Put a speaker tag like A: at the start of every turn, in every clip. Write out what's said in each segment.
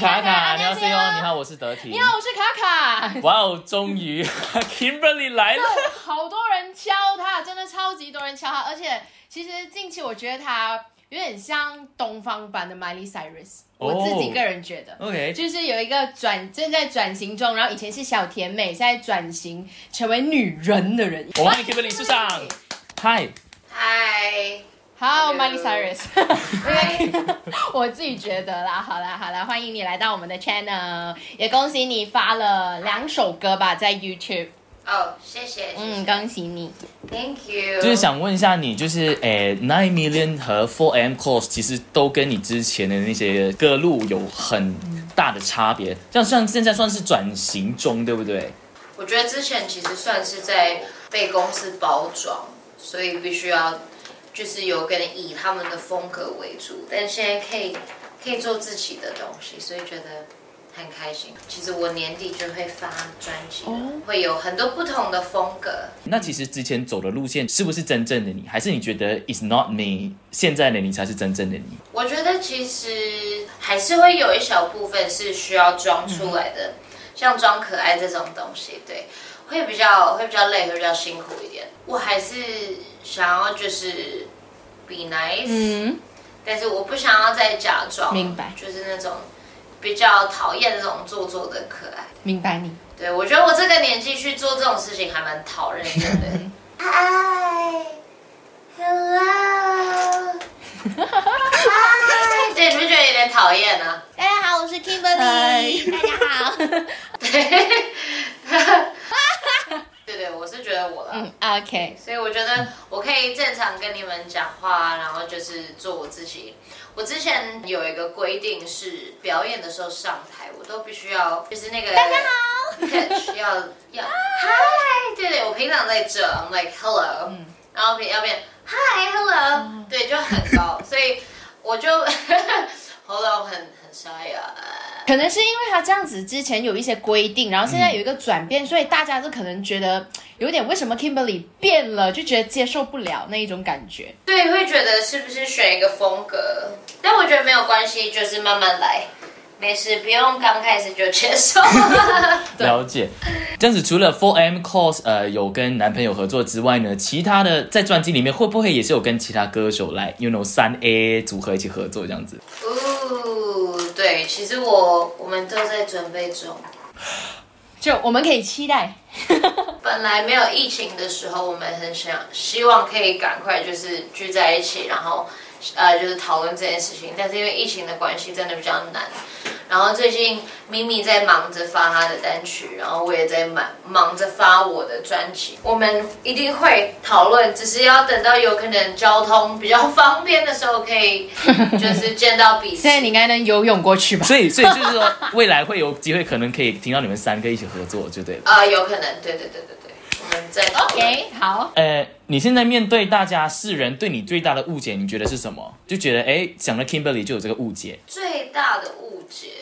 A: 卡卡，你
B: 你
A: 好
B: 好
A: C 哦，你好，我是德婷。
B: 你好，我是卡卡。
A: 哇哦，终于 Kimberly 来了。
B: 好多人敲他，真的超级多人敲他，而且其实近期我觉得他有点像东方版的 Miley Cyrus，、
A: 哦
B: 我自己个人觉得。
A: OK，
B: 就是有一个转正在转型中，然后以前是小甜美，现在转型成为女人的人。
A: 我欢迎 Kimberly 出场。嗨，
C: 嗨，
B: 好
C: Hello
B: ，Miley Cyrus，因为我自己觉得啦，好啦好啦，欢迎你来到我们的 channel，也恭喜你发了两首歌吧，在 YouTube，
C: 哦，谢谢，
B: 嗯，
C: 嗯
B: 恭喜你。
C: ，Thank you，
A: 就是想问一下你，就是诶 Nine Million 和 Four M Close 其实都跟你之前的那些歌路有很大的差别，像像现在算是转型中，对不对？
C: 我觉得之前其实算是在被公司包装，所以必须要就是有个人以他们的风格为主，但现在可以可以做自己的东西，所以觉得很开心。其实我年底就会发专辑了，
A: 哦
C: 会有很多不同的风格。
A: 那其实之前走的路线是不是真正的你，还是你觉得 It's not me，现在的你才是真正的你？
C: 我觉得其实还是会有一小部分是需要装
B: 嗯
C: 出来的，像装可爱这种东西，对，会比较会比较累，会比较辛苦一点。我还是想要就是 be nice，、
B: 嗯，
C: 但是我不想要再假装，
B: 明白
C: 就是那种比较讨厌那种做作的可爱。
B: 明白你。
C: 对我觉得我这个年纪去做这种事情还蛮讨人厌的。嗨，hello，嗨，对，你们觉得有点讨厌啊？
B: 大家好，我是
A: Kimberly
B: 大家好。
C: 对对，我是觉得我啦。
B: 嗯，OK，
C: 所以我觉得我可以正常跟你们讲话，啊然后就是做我自己。我之前有一个规定是，表演的时候上台，我都必须要就是那个大家好 pitch 要要嗨，对对，我平常在这，I'm like hello，、然后要变嗨 hello，、对，就很高，所以我就 喉咙很很沙哑。
B: 可能是因为他这样子之前有一些规定，然后现在有一个转变，所以大家就可能觉得有点为什么 Kimberly 变了，就觉得接受不了那一种感觉。
C: 对，会觉得是不是选一个风格？但我觉得没有关系，就是慢慢来，没事，不用刚开始就接受。 哦
A: 了解，这样子除了 Four M Cause 呃有跟男朋友合作之外呢，其他的在专辑里面会不会也是有跟其他歌手来 You know 三 A 组合一起合作这样子？
C: 哦，对，其实我我们都在准备中。
B: 就我们可以期 待，
C: 本来没有疫情的时候，我们很想希望可以赶快就是聚在一起，然后呃就是讨论这件事情。但是因为疫情的关系，真的比较难。然后最近咪咪在忙着发她的单曲，然后我也在忙忙着发我的专辑。我们一定会讨论，只是要等到有可能交通比较方便的时候，可以就是见到彼此
B: 现。在你应该能游泳过去吧？
A: 所以，所以就是 说，未来会有机会，可能可以听到你们三个一起合作，就对了。
C: 啊、有可能，对对对对对，我们在讨论
B: OK，好，
A: 呃，你现在面对大家世人对你最大的误解，你觉得是什么？就觉得哎，想到 Kimberly 就有这个误解。
C: 最大的误解，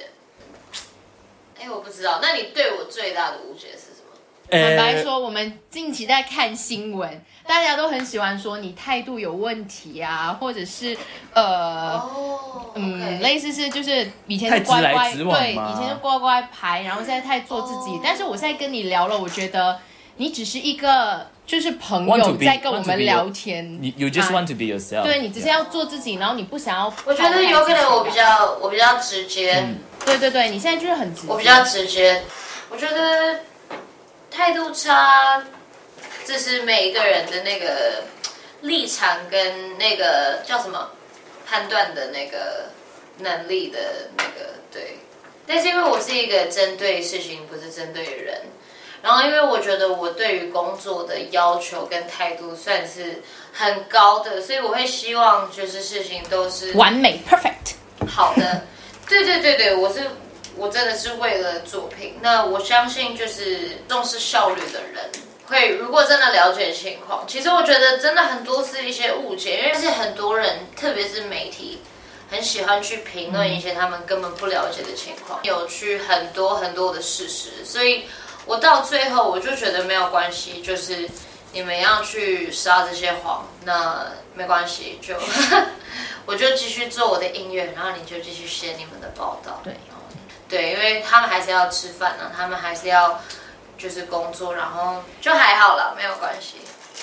C: 哎，我不知道。那你对我最大的误解是什么？
A: 呃
B: 坦白，说，我们近期在看新闻，大家都很喜欢说你态度有问题啊，或者是呃。
C: 哦，
B: 嗯，
C: 嗯，
B: 类似是就是以前
A: 太
B: 是
A: 直
B: 乖
A: 来
B: 乖
A: 直往嗯
B: 对，
A: 吗
B: 以前就乖乖牌，然后现在太做自己。
C: 哦
B: 但是我现在跟你聊了，我觉得你只是一个就是朋
A: Want to
B: 友
A: be-
B: 在跟我
A: want to
B: 们
A: be
B: 聊天。
A: 你 You just
B: 啊
A: want to be yourself。
B: 对你只是要做自己，然后你不想要。
C: 我觉得有可能我比较我比较直接，
B: 对对对，你现在就是很直接。
C: 我比较直接。我觉得态度差，这是每一个人的那个立场跟那个叫什么判断的那个能力的那个对。但是因为我是一个针对事情，不是针对人。然后，因为我觉得我对于工作的要求跟态度算是很高的，所以我会希望就是事情都是
B: 完美 perfect。
C: 好的，对对对对，我是我真的是为了作品。那我相信就是重视效率的人。会，如果真的了解情况，其实我觉得真的很多是一些误解，因为是很多人，特别是媒体，很喜欢去评论一些他们根本不了解的情况，扭曲很多很多的事实。所以我到最后我就觉得没有关系，就是你们要去撒这些谎，那没关系，就 我就继续做我的音乐，然后你就继续写你们的报道。
B: 对
C: 然后为他们还是要吃饭啊呢、他们还是要就是工作，然后就还好了，没有关系。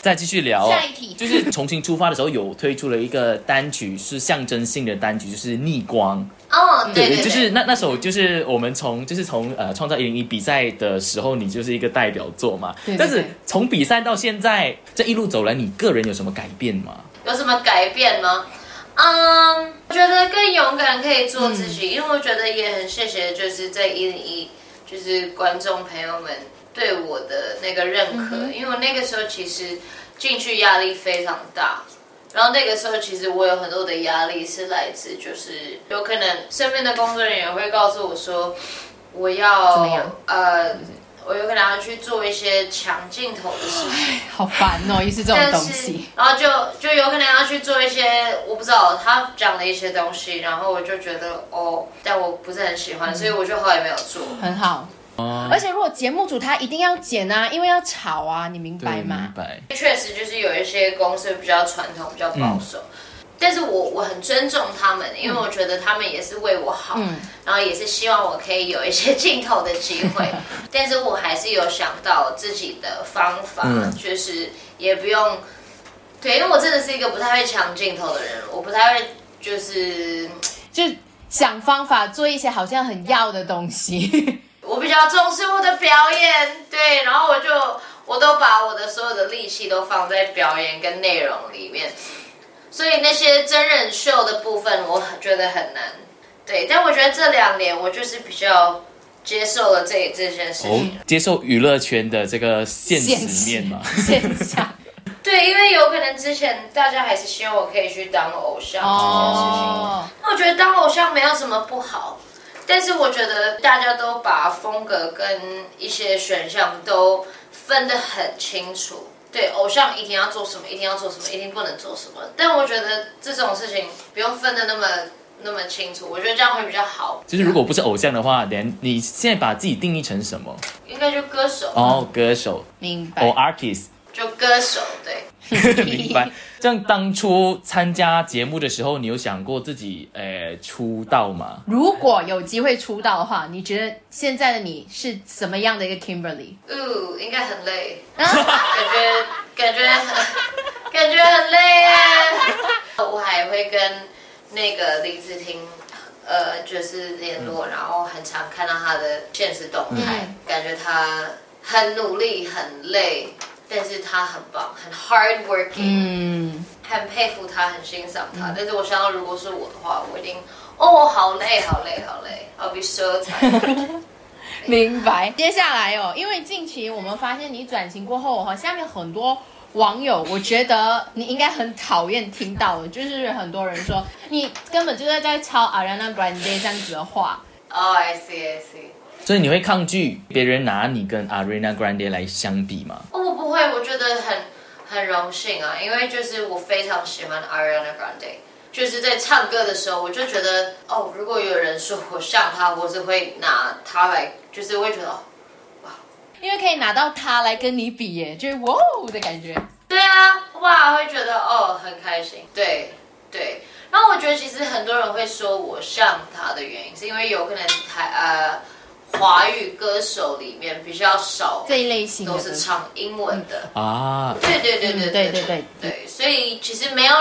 A: 再继续聊、哦，
B: 下一题
A: 就是重新出发的时候有推出了一个单曲，是象征性的单曲，就是逆光。
C: 哦，对对，
A: 就是那那首就是我们从就是从呃创造一零一比赛的时候，你就是一个代表作嘛。
B: 对对
A: 但是
B: 对
A: 从比赛到现在这一路走来，你个人有什么改变吗？
C: 有什么改变吗？嗯，我觉得更勇敢可以做自
B: 嗯
C: 己，因为我觉得也很谢谢，就是在一零一，就是观众朋友们对我的那个认可，
B: 嗯
C: 因为我那个时候其实进去压力非常大。然后那个时候，其实我有很多的压力是来自，就是有可能身边的工作人员会告诉我说，我
B: 怎么
C: 要
B: 样
C: 呃，我有可能要去做一些抢镜头的事情，
B: 好烦哦，又是这种
C: 但
B: 东
C: 是
B: 西，，
C: 然后就就有可能要去做一些我不知道他讲的一些东西，然后我就觉得哦，但我不是很喜
B: 嗯
C: 欢，所以我就后来没有做。
B: 很好。
A: 哦，
B: 而且如果节目组他一定要剪啊，因为要吵啊，你明白
A: 对，明
B: 吗？
A: 白。
C: 确实就是有一些公司比较传统、比较保守，但是我我很尊重他们，因为我觉得他们也是为我好，
B: 嗯
C: 然后也是希望我可以有一些镜头的机会，但是我还是有想到自己的方法，
A: 嗯
C: 就是也不用，对，因为我真的是一个不太会抢镜头的人，我不太会就是。
B: 就想方法做一些好像很要的东西。
C: 我比较重视我的表演，对，然后我就我都把我的所有的力气都放在表演跟内容里面，所以那些真人秀的部分，我觉得很难，对，但我觉得这两年我就是比较接受了这这件事
A: 哦
C: 情，，
A: 接受娱乐圈的这个现
B: 现
A: 实面嘛。
B: 现 象。
C: 对，因为有可能之前大家还是希望我可以去当偶像这件事情。
B: 哦，
C: 那我觉得当偶像没有什么不好，但是我觉得大家都把风格跟一些选项都分得很清楚。对，偶像一定要做什么，一定要做什么，一定不能做什么。但我觉得这种事情不用分得那么那么清楚，我觉得这样会比较好。
A: 就是如果不是偶像的话，连你现在把自己定义成什么？
C: 应该就歌手，
A: 哦，歌手，
B: 明白。
A: 哦，artist。
C: 就歌手，对。
A: 明白。像当初参加节目的时候，你有想过自己呃出道吗？
B: 如果有机会出道的话，你觉得现在的你是什么样的一个 Kimberly？啊
C: 呃，应该很累，感 觉感觉很感觉很累耶。我还会跟那个林子婷，呃，就是联络，然后很常看到她的现实动态，
B: 嗯
C: 感觉她很努力，很累，但是她很棒，很 hard working，、
B: 嗯，
C: 很佩服她，很欣赏她。但是我想到，如果是我的话，我一定哦，好累，好累，好累，I'll be so tired。
B: 明白。接下来哦，因为近期我们发现你转型过后哦哈，下面很多网友，我觉得你应该很讨厌听到的，就是很多人说你根本就是在抄 Ariana Grande 这样子的话。
C: 哦、i see，I see。
A: 所以你会抗拒别人拿你跟 Ariana Grande 来相比吗？
C: 哦，我不会，我觉得很很荣幸啊，因为就是我非常喜欢 Ariana Grande，就是在唱歌的时候，我就觉得哦，如果有人说我像她，我是会拿她来，就是会觉得，哦
B: 因为可以拿到它来跟你比耶，就是哇哦的感觉。
C: 对啊，哇，会觉得哦很开心，对对。然后我觉得其实很多人会说我像她的原因，是因为有可能台呃华语歌手里面比较少
B: 这一类型的
C: 都是唱英文的。
A: 啊，
C: 对对对对
B: 嗯
C: 对
B: 对对对
C: 对，所以其实没有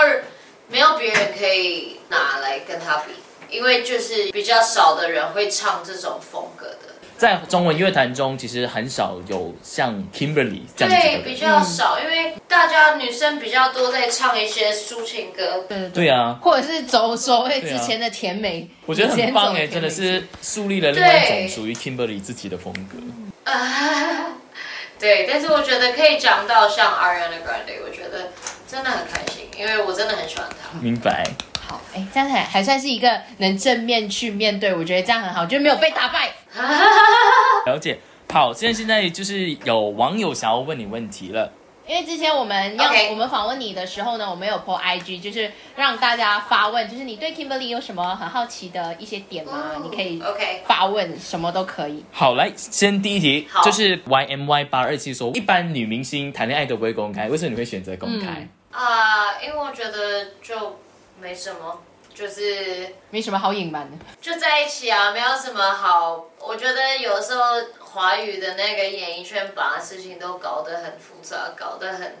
C: 没有别人可以拿来跟他比，因为就是比较少的人会唱这种风格的，
A: 在中文乐坛中，其实很少有像 Kimberly 这样子
C: 对，
A: 的
C: 比
A: 人。
C: 较少，因为大家女生比较多在唱一些抒情歌，
B: 对对对，
A: 对啊，
B: 或者是走所谓之
A: 对啊
B: 前的甜美，
A: 我觉得
B: 以前
A: 很
B: 走
A: 棒哎，
B: 甜美
A: 真的
B: 系
A: 是树立了另外一种
C: 对
A: 属于 Kimberly 自己的风格。
C: 啊 对，但是我觉得可以讲到像 Ariana Grande，我觉得真的很开心，因为我真的很喜欢 她。
A: 明白。
B: 好，哎，这样还还算是一个能正面去面对，我觉得这样很好，就没有被打败。啊
A: 了解。好，现在现在就是有网友想要问你问题了。
B: 因为之前我们要
C: OK
B: 我们访问你的时候呢，我们有 po IG，就是让大家发问，就是你对 Kimberly 有什么很好奇的一些点吗？
C: 嗯
B: 你可 以
C: OK，
B: 发问，什么都可以。
A: 好，来，先第一题
C: 好
A: 就是 Y M Y 八二七说，一般女明星谈恋爱都不会公开，为什么你会选择公开？
B: 嗯
C: 啊、因为我觉得就没什么，就是
B: 没什么好隐瞒的。
C: 就在一起啊，没有什么好。我觉得有时候华语的那个演艺圈把事情都搞得很复杂，搞得很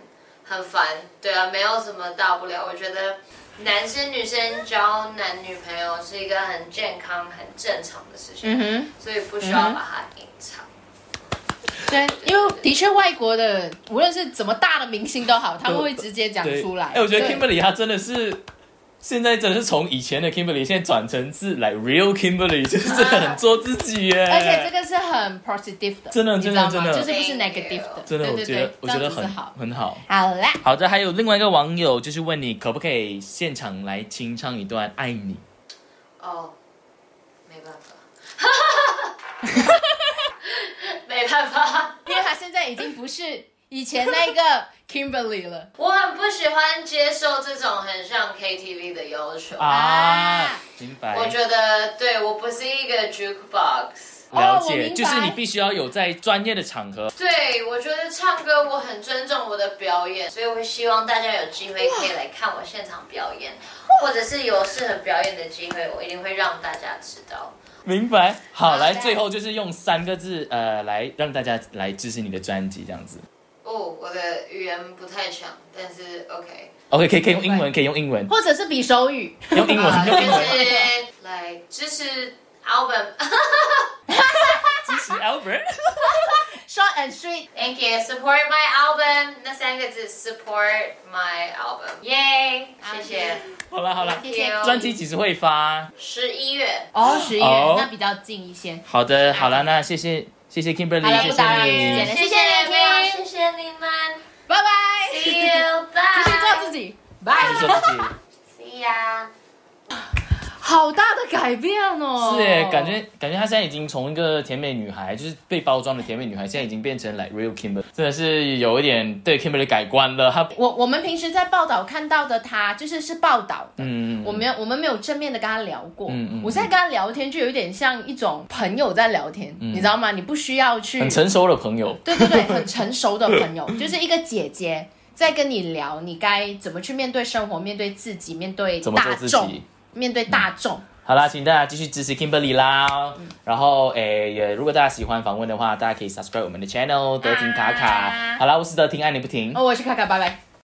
C: 很烦。对啊，没有什么大不了。我觉得男生女生交男女朋友是一个很健康、很正常的事情，
B: 嗯
C: 所以不需要把它隐藏。
B: 哼，对，因为的确外国的无论是怎么大的明星都好，他们会直接讲
A: 对，
B: 出来。
A: 哎、我觉得
B: 对
A: Kimberly 她真的是。现在真的是从以前的 Kimberly，现在转成是 like real Kimberly，就是 很做自己耶。
B: 啊而且这个是很 positive 的，
A: 真的
B: 你知道吗
A: 真的真的
B: 就是不是 negative 的，
A: 真的，我
B: 对
A: 觉
B: 对
A: 得
B: 对，
A: 我觉得
B: 这样子
A: 很
B: 是好。
A: 很好。
B: 好啦，
A: 好的，还有另外一个网友就是问你可不可以现场来清唱一段《爱你》。
C: 哦，没办法，没办法。
B: 因为他现在已经不是以前那个 Kimberly 了
C: 我很不喜欢接受这种很像 KTV 的要求。
A: 啊，明白，
C: 我觉得对我不是一个 jukebox。
A: 了
B: 哦我明
A: 解，就
B: 白
A: 是你必须要有在专业的场合。
C: 对，我觉得唱歌我很尊重我的表演，所以我希望大家有机会可以来看我现场表演，或者是有适合表演的机会，我一定会让大家知道。
A: 明白，好，
C: 好
A: 来，
C: 的
A: 最后就是用三个字，呃，来让大家来支持你的专辑，这样子。
C: 哦，我的语言不太强，但是 OK，
A: OK，可以可以用英文，可以用英文，
B: 或者是比手语，
A: 用英
C: 啊
A: 文，
C: 就
A: 用英文。
C: 是来支持 album，Thank
A: 支持 Albert。
B: short and sweet。
C: you，support my album，那三个字 support my album，耶，谢谢，
A: 好了好了，
B: 谢谢
A: 专辑几时会发？
C: 十一月。
B: 哦，十一
A: 哦
B: 月那比较近一些。
A: 好的，好了，那谢谢谢谢 Kimberly，
B: 好了
A: 谢
B: 不打扰
A: 谢
B: 时
A: 你
B: 间。了
C: 谢谢你们，谢谢你们
B: 拜拜，
C: ，See you，拜，
B: 继续做自己，拜。
A: 做自己。
C: ，See ya。
B: 好大的改变哦！
A: 是耶，感觉感觉她现在已经从一个甜美女孩，就是被包装的甜美女孩，现在已经变成 like real Kimberly，真的是有一点对 Kimberly 改观了。她
B: 我我们平时在报道看到的他，就是是报道的。
A: 嗯，
B: 我没有，我们没有正面的跟他聊过。
A: 嗯嗯
B: 我现在跟他聊天，就有点像一种朋友在聊天，你知道吗？你不需要去
A: 嗯很成熟的朋友，
B: 对对对，很成熟的朋友， 就是一个姐姐在跟你聊，你该怎么去面对生活，面对自己，面对
A: 怎么做
B: 大
A: 自
B: 众
A: 己，？
B: 面对大众。
A: 好啦，请大家继续支持 Kimberly 啦。哦然后，诶，也如果大家喜欢访问的话，大家可以 subscribe 我们的 channel 德廷卡卡。
B: 啊
A: 好啦，我是德廷，爱你不停。
B: 哦，我去看看，拜拜。